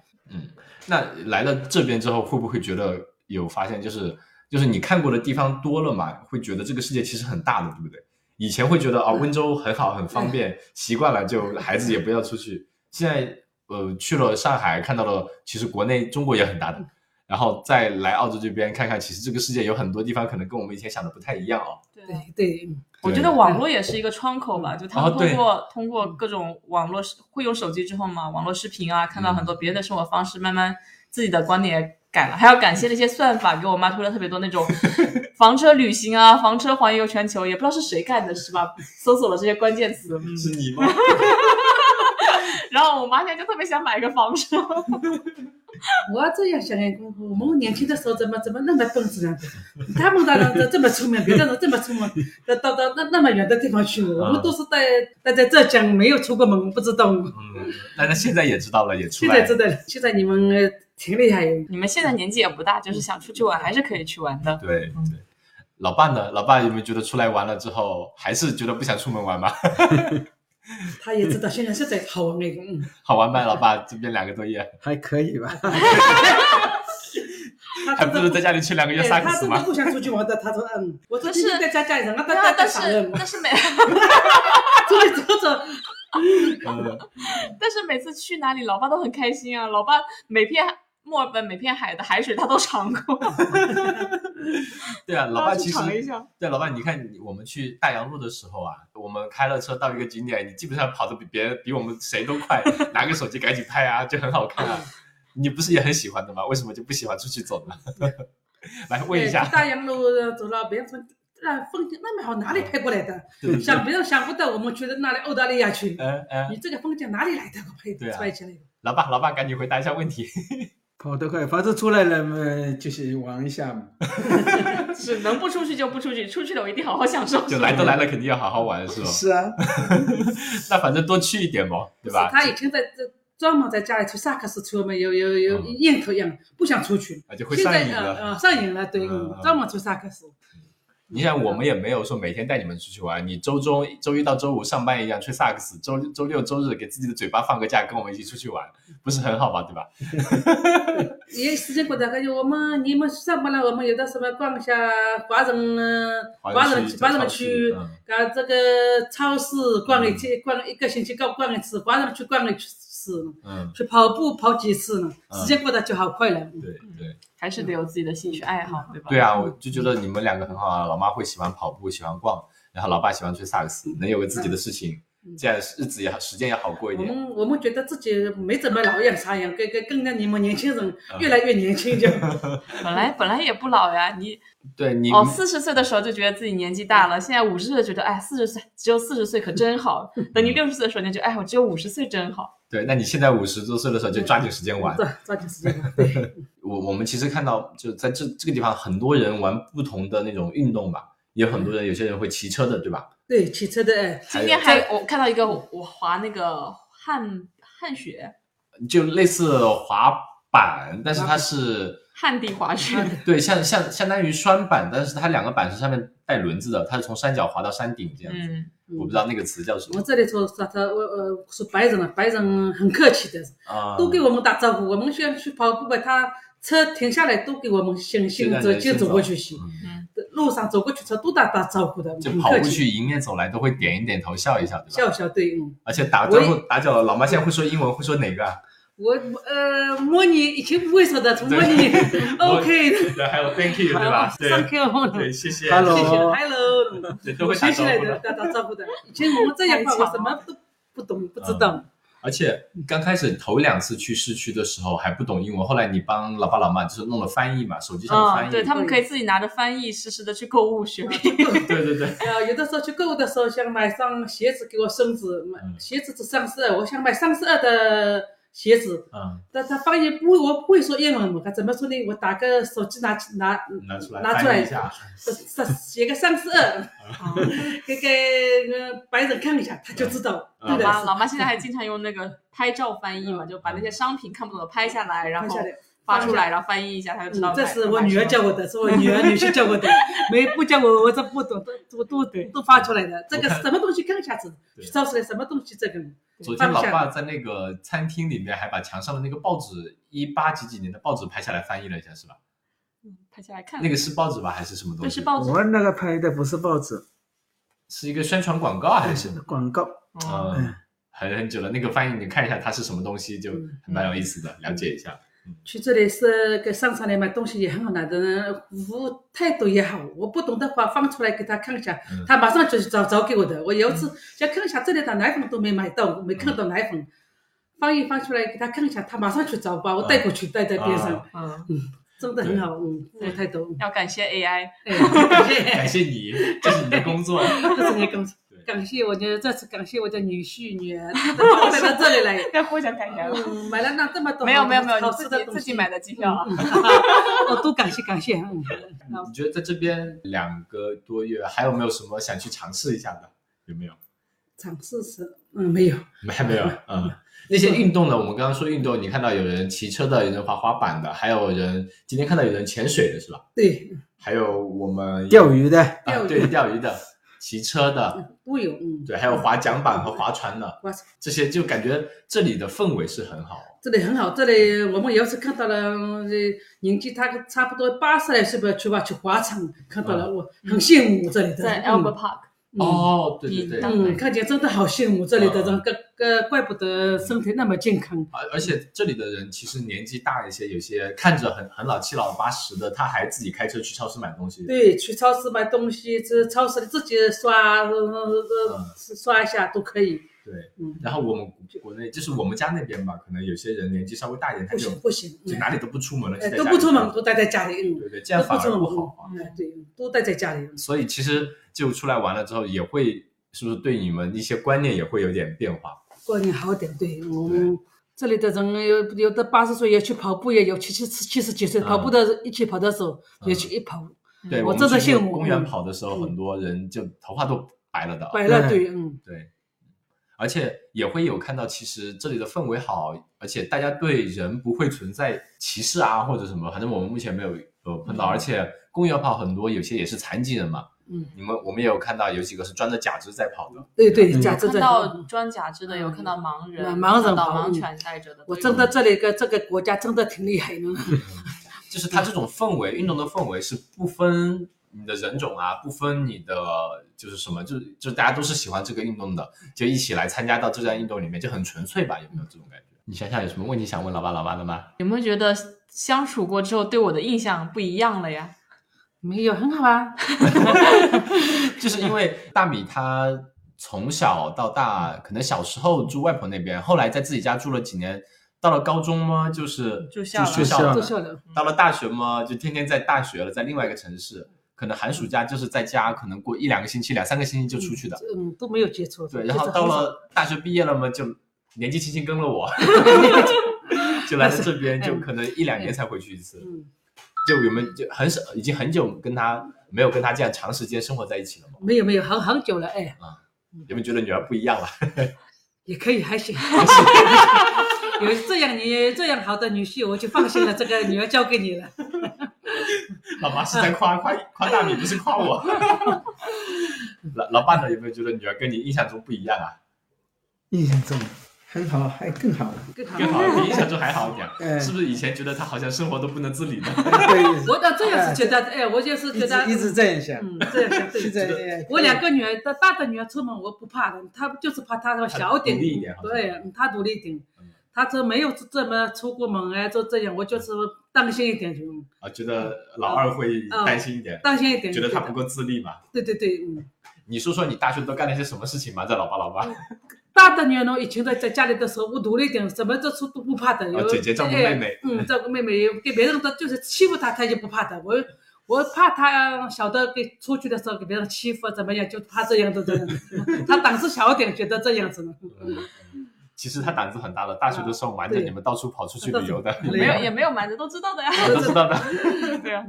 那来了这边之后，会不会觉得有发现，就是就是你看过的地方多了嘛，会觉得这个世界其实很大的，对不对？以前会觉得啊，温州很好，很方便，习惯了就孩子也不要出去。现在呃去了上海，看到了其实国内中国也很大
嗯
的，然后再来澳洲这边看看，其实这个世界有很多地方可能跟我们以前想的不太一样哦。
对
对对，嗯
我觉得网络也是一个窗口吧，就他们
哦
通过、通过各种网络视会用手机之后嘛，网络视频啊，看到很多
嗯
别的生活方式，慢慢自己的观点也改了。还要感谢那些算法给我妈推了特别多那 种房车旅行啊、房车环游全球，也不知道是谁干的，是吧？搜索了这些关键词，嗯
是你吗？
然后我妈现在就特别想买一个房 车。
我这样想哎，我们年轻的时候怎么怎么那么笨质呢？他们那个这么出名，别的人这么出名，到到到那那么远的地方去，我们都是在待在浙江，没有出过门，不知道。
嗯，那那现在也知道了，也出
现
来
在
了。
知道了，现在你们呃挺厉害，
你们现在年纪也不大，就是想出去玩还是可以去玩的。
对
嗯
对，老爸呢？老爸有没有觉得出来玩了之后，还是觉得不想出门玩吗？
他也知道现在是在好玩那个，嗯，
好玩吧，老爸，这边两个多月，
还可以吧？
他
还
真
不
的
如在家里去两个月萨克
哎他
斯
真的
嘛。
不想出去玩的，他说嗯，我说
不是
今天在家家里人啊，
没
他
有
他，
但
在想
是
人，
但是每
出去走走，
嗯
但是每次去哪里，老爸都很开心啊。老爸每片墨尔本每片海的海水他都尝过，
对 啊，老爸
他去
其实
尝一下。
对，老爸，你看我们去大洋路的时候啊，我们开了车到一个景点，你基本上跑得比别人比我们谁都快，拿个手机赶紧拍啊，就很好看
嗯
啊。 你不是也很喜欢的吗？为什么就不喜欢出去走呢？ 来问一
对
下，
大洋路走了，别人说那风景那么好，哪里拍过来的？
对不对？
想别人想不到，我们去那里澳大利亚去，
嗯嗯，
你这个风景哪里来的？我拍
对啊
拍起来。
老爸，老爸，赶紧回答一下问 题。
跑得快，反正出来了嘛，就是玩一下嘛。
就是能不出去就不出去，出去了我一定好好享受。
就来都来了，肯定要好好玩，是吧？
是啊，
那反正多去一点嘛，对吧？
他以前在这专门在家里去萨克斯吹嘛，有有有
嗯
烟头一样，不想出去。
啊，就会
现
上
在
瘾
呃
了。
呃上瘾了，对，
嗯嗯
专门吹萨克斯。
你想，我们也没有说每天带你们出去玩，你周中、周一到周五上班一样吹萨克斯，周周六、周日给自己的嘴巴放个假，跟我们一起出去玩，不是很好吗？对吧？
也时间过得感觉我们你们上班了，我们有的什么逛一下华人呃华人
区、
华人
区
区，，
嗯
啊这个超市逛一次，逛一个星期逛逛一次，华人区逛一次，
嗯，
去跑步跑几次呢？
嗯
时间过得就好快了。
对对
还是得有自己的兴趣爱好，对吧？
对啊，我就觉得你们两个很好啊，老妈会喜欢跑步，喜欢逛，然后老爸喜欢吹萨克斯，能有个自己的事情，
嗯
这样日子也好，时间也好过一
我
点。
们我们觉得自己没怎么老样啥样，跟跟跟着你们年轻人
嗯
越来越年轻就。
本来本来也不老呀，你
对你
哦，四十岁的时候就觉得自己年纪大了，现在五十岁觉得哎，四十岁只有四十岁可真 好。等你六十岁的时候，你就觉得哎，我只有五十岁真好。
对，那你现在五十多岁的时候就抓紧时间玩，
对，抓紧时间吧。对，
我我们其实看到，就在这这个地方，很多人玩不同的那种运动吧，也有很
嗯
多人，有些人会骑车的，对吧？
对，骑车的，哎
今天还我看到一个我滑那个旱旱雪
就类似滑板，但是它是
旱地滑雪，
对，像像相当于双板，但是它两个板是上面带轮子的，它是从山脚滑到山顶这样子。
嗯，
我不知道那个词叫什
我
么
这里说说他，我呃说白人了，白人很客气的，
啊，
嗯都给我们打招呼。我们去去跑步吧，他车停下来都给我们先
就
先
让
走，
人先
先
走
走过去行。
嗯
路上走过去车都打打招呼的，
就
很
跑
客
过
气。
去，迎面走来都会点一点头，笑一笑，对吧？
笑笑对，嗯，
而且打
我也
招呼打脚，老妈现在会说英文，会说哪个啊？
我呃模拟以前不会说的，从模拟 OK 的，
对，还有 Thank you，对吧？
上课了。
谢谢
Hello
谢谢，Hello，
对都会打
学
招
起来
呼
的，
的。
打打招呼的。以前我们这一块我什么都不懂，不知道。
而且刚开始头两次去市区的时候还不懂英文，后来你帮老爸老妈就是弄了翻译嘛，手机上
哦
的翻
嗯，
译。
对他们可以自己拿着翻译实时的去购物学。
对对对
呃，有的时候去购物的时候，想买双鞋子给我孙子，买
嗯
鞋子是三十二，我想买三十二的鞋子，
嗯，
但他发现不会，我不会说英文嘛，他怎么说呢？我打个手机拿拿
拿出来
拿
翻
出来
译一下，
三写个三十二， 给给呃白人看一下，他就知道。
嗯
对
老
的，
妈老妈现在还经常用那个拍照翻 译嘛，就把那些商品看不懂的拍下来，然
看
后
下来。
发出来，然后翻译一下，他就知道
嗯
买。
这是我女儿教我的，是我女儿女婿教我的， 没不教我，我这不懂，都都都都发出来的。这个
我看
什么东西看一下子，
对
去超市来什么东西这个，
昨天老爸在那个餐厅里面还把墙上的那个报纸，一八几几年的报纸拍下来翻译了一下，是吧？
嗯拍下来看。
那个是报纸吧，还是什么东
对
西？
是报纸
我那个拍的不是报纸，
是一个宣传广告还是？
广告。
哦
嗯，很很久了。那个翻译你看一下它是什么东西，就
嗯
蛮有意思的，了解一下。
去这里是给商场里买东西也很好拿的，服务态度也好。我不懂的话放出来给他看一下
嗯，
他马上就找找给我的。我有一次想看一下这里的奶粉都没买到，没看到奶粉，翻译翻出来给他看一下，他马上去找，把
啊
我带过去带在边上，
嗯，
真的很好，嗯，服务态度。
要感谢 AI，
哎， 谢谢
感谢你，这是你的工作。
这是你的工作
对。
感谢我的这次感谢我的女婿 女儿，都带到这里来，
该获奖感言了。
嗯，买了那这么 多
没有没有没有，
好
你
吃
自
的
己
东西嗯
自己买，的机票啊。
我都感谢感谢。嗯，
你觉得在这边两个多月，还有没有什么想去尝试一下的？有没有？
尝试是嗯没有，
没还没有，嗯。那些运动呢？我们刚刚说运动，你看到有人骑车的，有人滑滑板的，还有人今天看到有人潜水的，是吧？
对，
还有我们
钓鱼的，
啊
钓鱼
对，钓鱼的。骑车的，
都有，嗯，
对，还有划桨板和划船的
哇塞，
这些，就感觉这里的氛围是很好。
这里很好，这里我们也是看到了，呃年纪大概差不多八十来岁吧，去吧去滑场看到
嗯
了，我很羡慕这里的，
在
嗯
Albert Park，
哦，对对对，
嗯，看起来真的好羡慕这里的
嗯
人，个个怪不得身体那么健康。
而而且这里的人其实年纪大一些，有些看着很很老七老八十的，他还自己开车去超市买东西。
对，去超市买东西，这超市里自己刷呃
嗯
呃刷一下都可以，
对
嗯
然后我们国内就是我们家那边吧，可能有些人年纪稍微大一点，他
不
就
行不行，
就
嗯
哎哪里都不出门了，
哎
就在
都
家
不
里
出门，都待在家里，嗯，
对对，这样
都不
反而
出门
不好啊。
哎对，都待在家里，
所以其实就出来玩了之后，也会是不是对你们一些观念也会有点变化？
过年好点。对我们这里的人有有的八十岁也去跑步，也有七七七十几岁
嗯
跑步的，一起跑的时候
嗯
也去一跑，
对
我
们
真的
去
羡慕
公园
嗯
跑的时候，
嗯
很多人就头发都白了的啊。
白了
对
对，嗯，
对，而且也会有看到，其实这里的氛围好，而且大家对人不会存在歧视啊或者什么，反正我们目前没有呃碰到。而且公园跑很多，有些也是残疾人嘛，
嗯，
你们我们也有看到有几个是穿着假肢在跑的，
对对，
嗯
假肢
看
在。
到装假肢的，有看到盲人，
嗯盲人
看到
跑
盲犬带着的，
我
对
真的这里个这个国家真的挺厉害的，
嗯就是它这种氛围，运动的氛围是不分你的人种啊，不分你的就是什么，就是就大家都是喜欢这个运动的，就一起来参加到这项运动里面，就很纯粹吧？有没有这种感觉？你想想有什么问题想问老爸老妈的吗？
有没有觉得相处过之后对我的印象不一样了呀？
没有很好啊，
就是因为大米他从小到大，可能小时候住外婆那边，后来在自己家住了几年，到了高中嘛，就是
住校了
住校了
都笑了。
到了大学嘛，就天天在大学了，在另外一个城市，可能寒暑假就是在家，可能过一两个星期、两三个星期就出去的。
嗯，都没有接触。
对，然后到了大学毕业了嘛，就年纪轻轻跟了我，就来到这边，就可能一两年才回去一次。
嗯，
就我们就很少，已经很久跟他没有跟他这样长时间生活在一起了嘛，
没有没有，很很久了，哎，
有没有觉得女儿不一 样了？
也可以，还行。有这样你这样好的女婿，我就放心了，这个女儿交给你 了。
老妈是在夸夸夸大米，不是夸我。 老老爸呢，有没有觉得女儿跟你印象中不一样 啊？
印象中很好，还更 好了。
更好
更好，比印象中还好一点。
嗯
是不是以前觉得她好像生活都不能自理呢？
对，
我倒这样是觉得，哎，我就是
一
觉得
直一直这样想，
嗯，这 样想
是
对。
在
我两个女儿，大大的女儿出门我不怕的，她就是怕她小点，
她独立一点好像
对，她独立一点
嗯，
她这没有这么出过门哎，就这样，我就是担心一点，嗯
啊，觉得老二会担心一点，
担心一点，
觉得她不，够自立嘛。
对对对，嗯。
你说说你大学都干了些什么事情吧，在老爸老妈。
大的女儿呢，以前在在家里的时候，我独立一点，怎么这出都不怕的。有、
哦姐姐照顾妹妹
哎嗯，照顾妹妹，给别人的就是欺负她，她就不怕的。我我怕她呃小的给出去的时候给别人欺负怎么样，就怕这样 的人。她胆子小点，觉得这样子呢。
嗯其实她胆子很大的，大学的时候瞒着
对
你们到处跑出去旅游的，
对
没有，
有，
也没有瞒着，都知道的呀。
我都知道的。
对 啊，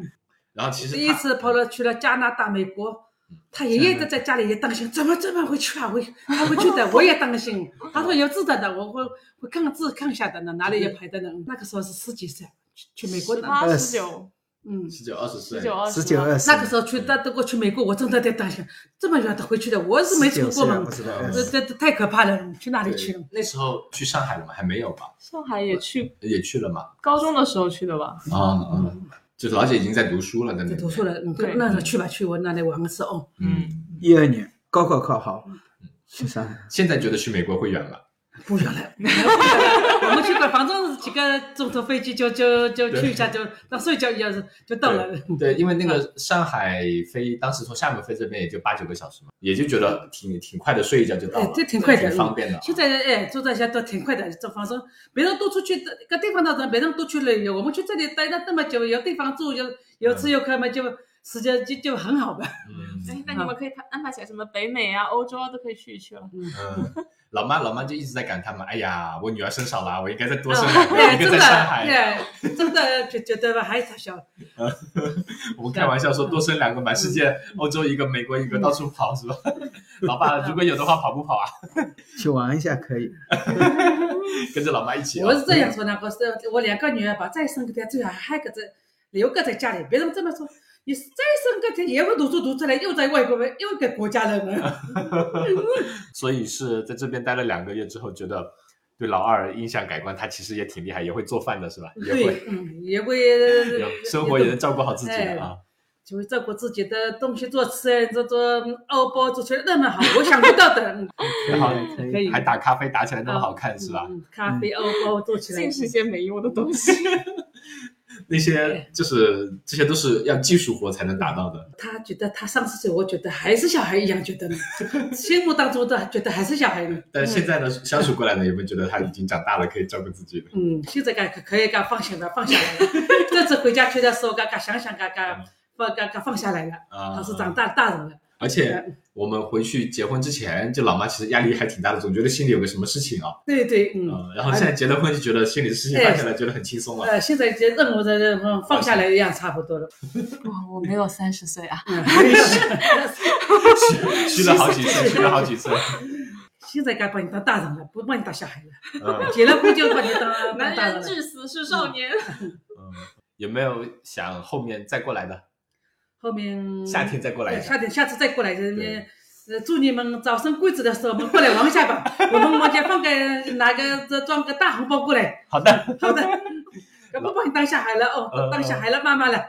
然后其实
第一
她
次跑了去了加拿大、美国，他爷爷的在家里也担心，怎么这么会去啊？会他会 去的，我也担心。他说有字的的，我会会看字看下的呢，哪里也排的呢。那个时候是十几岁，去去美国
十
的，
八、十九、
嗯。
十九二十岁，
十九、二十，
十九二十，
那个时候去到德国去美国，我真的在担心，这么远的回去的，我是没出
19
过门
啊不，知道
嗯
这这这太可怕了，去哪里去了
对？那时候去上海了吗？还没有吧？
上海也去，
也去了嘛？
高中的时候去的吧？
啊、嗯，就是老姐已经在读书了，在那
在
边
读书。了，嗯
对
那时候去吧，去我那里玩的哦时候，
嗯，
一二年高考考好，
嗯
去上海。
现在觉得去美国会远吗？
不远了，不远了我们去过，反正几个钟头飞机就就就
对
去一下，就那睡觉一样是就到了。
对，因为那个上海飞，当时从厦门飞这边也就八九个小时嘛，也就觉得挺挺快的，睡一觉就到
哎
了，，
这挺快的，
挺方便的啊。
现在哎，住在家都挺快的，这反正别人都出去一个地方的人，别人都去旅游，我们去这里待了那么久，有地方住，有有吃有喝嘛，就时间就就很好吧。
嗯
哎，那你们可以安安排起来，什么北美啊、欧洲啊，都可以去一去了。
嗯，老妈老妈就一直在感叹嘛，哎呀，我女儿生少了，我应该再多生两个，
哎，
一个
真
在
的，
上海。
哎，真的就觉得吧，还小，
我们开玩笑说多生两个，满世
嗯
界欧洲一个，美国一个，到处跑是吧？ 老爸如果有的话，跑不跑啊？
去玩一下可以。
跟着老妈一起啊。
我是这样说的，我是我两个女儿吧，再生个点最好，还个在留个在家里，别人这么说。你再深个天也会读书读出来，又在外国人，又给国家人了。
所以是在这边待了两个月之后，觉得对老二印象改观，他其实也挺厉害，也会做饭的是吧？ 也会
对，嗯，也会
有生活也能照顾好自己
哎
的啊。
就会照顾自己的东西做吃，这做欧包做出来那么好，我想不 到的。嗯
可以的可以
可
的。
以
还打咖啡打起来那么好看是吧？
嗯，咖啡欧包做起来
尽，是一些没用的东西。
那些就是这些都是要技术活才能达到的。
他觉得他三十岁，我觉得还是小孩一样，觉得呢， 心目当中的觉得还是小孩呢。
但现在呢，相处过来呢，有没有觉得他已经长大了，可以照顾自己了？
嗯，现在敢可可以敢放下了，放下来了。 这次回家去的时候，敢敢想想，敢敢放敢敢放下来了。
嗯啊，
他是长大大人了，
而且我们回去结婚之前，就老妈其实压力还挺大的，总觉得心里有个什么事情啊。
对对，嗯，
嗯，然后现在结了婚就觉得心里的事情放下来，觉得很轻松啊了。
呃，现在已经任务的任务放下来一样差不多了。
哇，我没有三十 岁啊，
嗯，
虚了好几次，虚了好 几次。
现在该把你当大人了，不把你当小孩了。
嗯
结了婚就把你当
男
当大人
人
了。
至死是少年。
嗯，有没有想后面再过来的？
嗯后面
夏天再过来一
对
下
夏。天下次再过来，人
对
家。呃，祝你们早生贵子的时候，我们过来玩一下 吧。我们往家放个拿个这装个大红包过来。
好的，
好的，要不把你当小孩了
嗯
哦，当小孩了，妈妈了。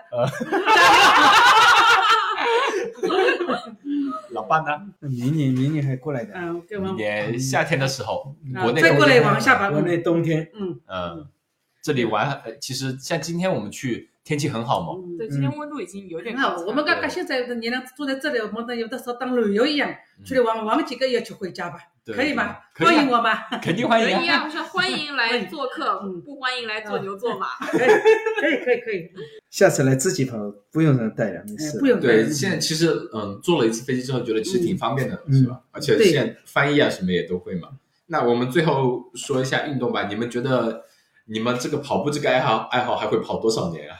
老爸呢？
那明年明年还过来的，
嗯，给我
明
们
年夏天的时候，
啊
国内
再
冬
过
天
来玩一下吧。
国内冬天，
嗯，
嗯，这里玩，呃其实像今天我们去，天气很好嘛。
嗯，
对，今天温度已经有点
挺
高
好。
了。
我们刚刚现在的年龄住在这里，我们有的时候当旅游一样，出去玩玩几个月就回家吧，
嗯对
可以吗？
对可
欢
以啊
迎我吗？
肯定欢
哎
可
迎
以
啊。
啊，是欢迎来做客
嗯，
不欢迎来做牛做马。
可以， 可以，可以，可以，
下次来自己跑，不用人带了，没
哎
事。
不用担
对，
心。
现在其实嗯，坐了一次飞机之后，觉得其实挺方便的，
嗯
是吧？而且
对
现在翻译啊什么也都会嘛。那我们最后说一下运动吧，你们觉得你们这个跑步这个爱好爱好还会跑多少年啊？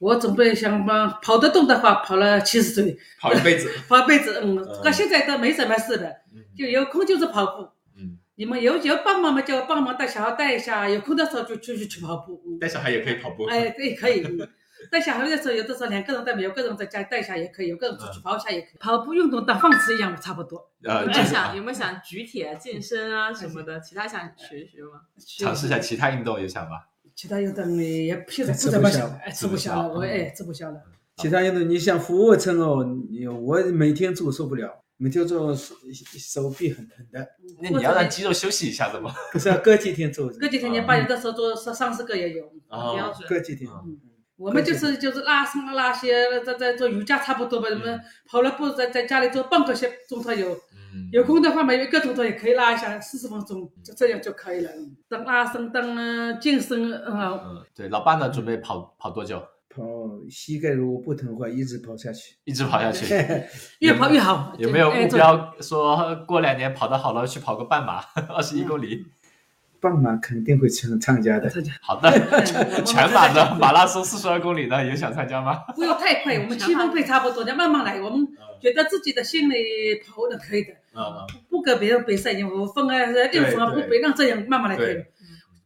我准备想把跑得动的话，跑了七十岁，
跑一辈子？
跑辈子，嗯，到现在都没什么事的，就有空就是跑步。
嗯，
你们有有帮忙嘛，就帮忙带小孩带一下，有空的时候就出去去跑步。嗯
带小孩也可以跑步。
哎，对，可以。嗯带小孩的时候，有的时候两个人带，有个人在家带一下也可以，有个人出
嗯
去跑一下也可以。跑步运动当饭吃一样，差不多。
呃，
有
就
没有
是
啊
想有没有想举铁健身啊什么的？其他想学一学吗？
尝试一下其他运动也想吧。
其他运动也现在
吃不
不怎么
消
想，哎，吃不消了，我
嗯
哎吃不消了。
其他运动，你像俯卧撑哦，你我每天做受不了，每天做手手臂很疼的，
嗯
那你要让肌肉休息一下 的嘛。
可是要隔几天做，
隔几
啊
天你把有的时候做三三四个也有。
哦，
隔几天。
嗯
我们就是就是拉伸啊拉些，在在做瑜伽差不多吧。什么跑了步，在在家里做半个小钟头有，
嗯
有空的话嘛，一个钟头也可以拉一下，四十分钟就这样就可以了。当拉伸，当呃健身，嗯，
嗯，对，老爸呢？准备跑跑多久？
跑膝盖如果不疼的话，一直跑下去。
一直跑下去。
越跑越 好。
有没有
哎
目？
做
标说过两年跑得好了去跑个半马， 二十一公里？
嗯
半马肯定会参参加的，
好的，
我
全马的马拉松四十二公里的有想参加吗？
不要太快，我
嗯
们气氛配差不多的，慢慢来。我们觉得自己的心里跑的可以的，
嗯，
不跟别人比赛，五分啊、六分啊，
对对
不比，让这样慢慢来可以
对
了。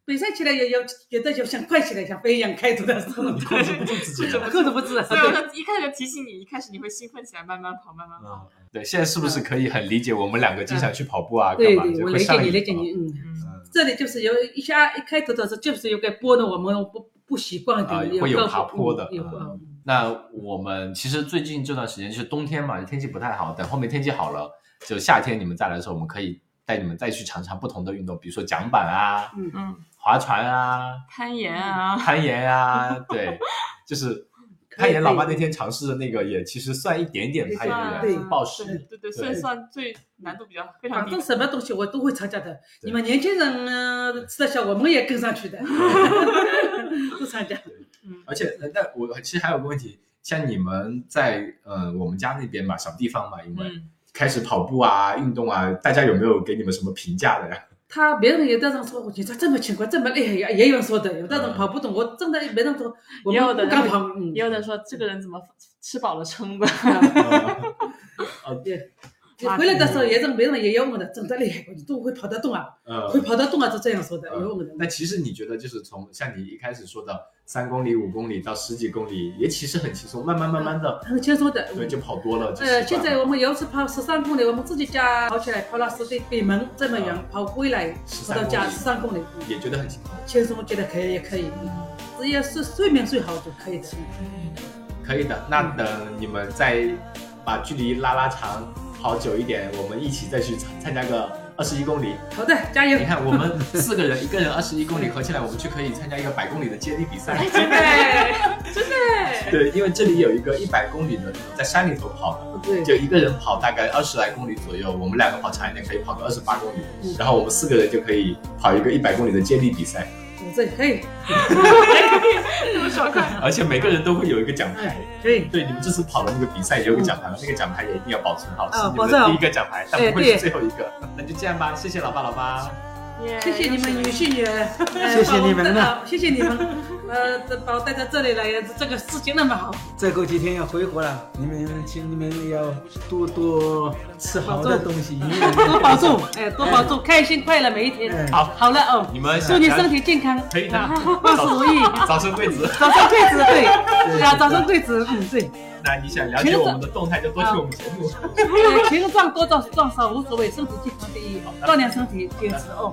比赛起来也要觉得就像快起来，像飞一样开头的时
嗯
候，控制不住自己，啊控制不住的 时
所以我
候。
说一开始就提醒你，一开始你会兴奋起来，慢慢跑，慢慢
嗯
跑。
对，现在是不是可以很理解我们两个经常去跑步啊？
对
干嘛
对，
就
我
会
理解
上
你，
瘾
理解
啊
你，嗯。
嗯，
这里就是有一下一开头的时候，就是有个波的，我们不不习惯
啊
的，有
会有
个
爬坡的
嗯有
嗯
个
那我们其实最近这段时间就是冬天嘛，天气不太好，等后面天气好了，就夏天你们再来的时候，我们可以带你们再去尝尝不同的运动，比如说桨板啊、
嗯
嗯，
划船啊、
攀岩啊，
攀岩 啊，对，就是
可
攀
以
岩。
可
老
以
妈那天尝试的那个也其实算一点点攀岩
对
的，暴食。
对对，算算最难度比较非常
反
低
正。什么东西我都会参加的。
对
你们年轻人呢，吃得消，我们也跟上去 的， 都参加。
而且，呃那我其实还有个问题，像你们在呃我们家那边嘛，小地方嘛，因为
嗯，
开始跑步啊、运动啊，大家有没有给你们什么评价的呀？
他别人有的人说，你咋这么勤快，这么厉害呀？也有人说的，有的人跑不动，我真的别人说，我
也有
们
的
不
人
敢跑。嗯
也有人说这个人怎么吃饱了撑的，
呃
对回来的时候也是别人也要问的，真的厉害，你都会跑得动啊，会
呃，
跑得动啊，就这样说的，也要问的。
但嗯其实你觉得，就是从像你一开始说的三公里、五公里到十几公里，也其实很轻松，慢慢慢慢的，
很轻松的，
嗯对，就跑多了。就
呃，
习
现
惯
在
了
我们有一次跑十三公里，我们自己家跑起来，跑了十里北门这么远，跑回来跑到啊家十三公里，
也觉得很轻松。
轻松觉得可以也可以，只要是睡眠睡好就可以的。
可以的，那等你们再把距离拉拉长，跑久一点，我们一起再去参参加个二十一公里。
好的，加油
你！看，我们四个人，一个人二十一公里，合起来我们就可以参加一个百哎公里的哎接力比赛。
对，真的，
对，因为这里有一个一百公里的，在山里头跑的，
对，
就一个人跑大概二十来公里左右，我们两个跑长一点可以跑个二十八公
嗯
里，然后我们四个人就可以跑一个一百公里的接力比赛，
这可以，
这么爽快，
而且每个人都会有一个奖牌
哎。，可以。
对，你们这次跑的那个比赛也有个奖牌，那个奖牌也一定要保存好，
啊
是你
保
们
存
的
好
第一个奖牌，但
对
不会是
对
最后一个。那就这样吧，谢谢老爸，老爸，
谢谢你们女性也，呃
谢谢你们呐
把我们带到谢谢你们，呃，这把我带到这里来，这个事情那么好，
再过几天要回国了，你们请你们要多多吃好的东 西，因为
多保重，哎，多保重，开心快乐每一天。
嗯
好
好了哦，
你们
祝你身体健康，
可以的，
万事如意，
早生贵 子。
早生贵子，对，
对
对啊，早生贵子，嗯，对，
那你想了解我们的动态，就多去我们节目。
呃情壮多壮壮少无所谓，身体健康第一，锻炼身体，坚持哦。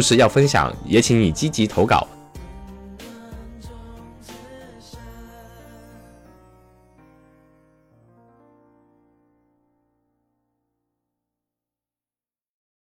事要分享，也请你积极投稿。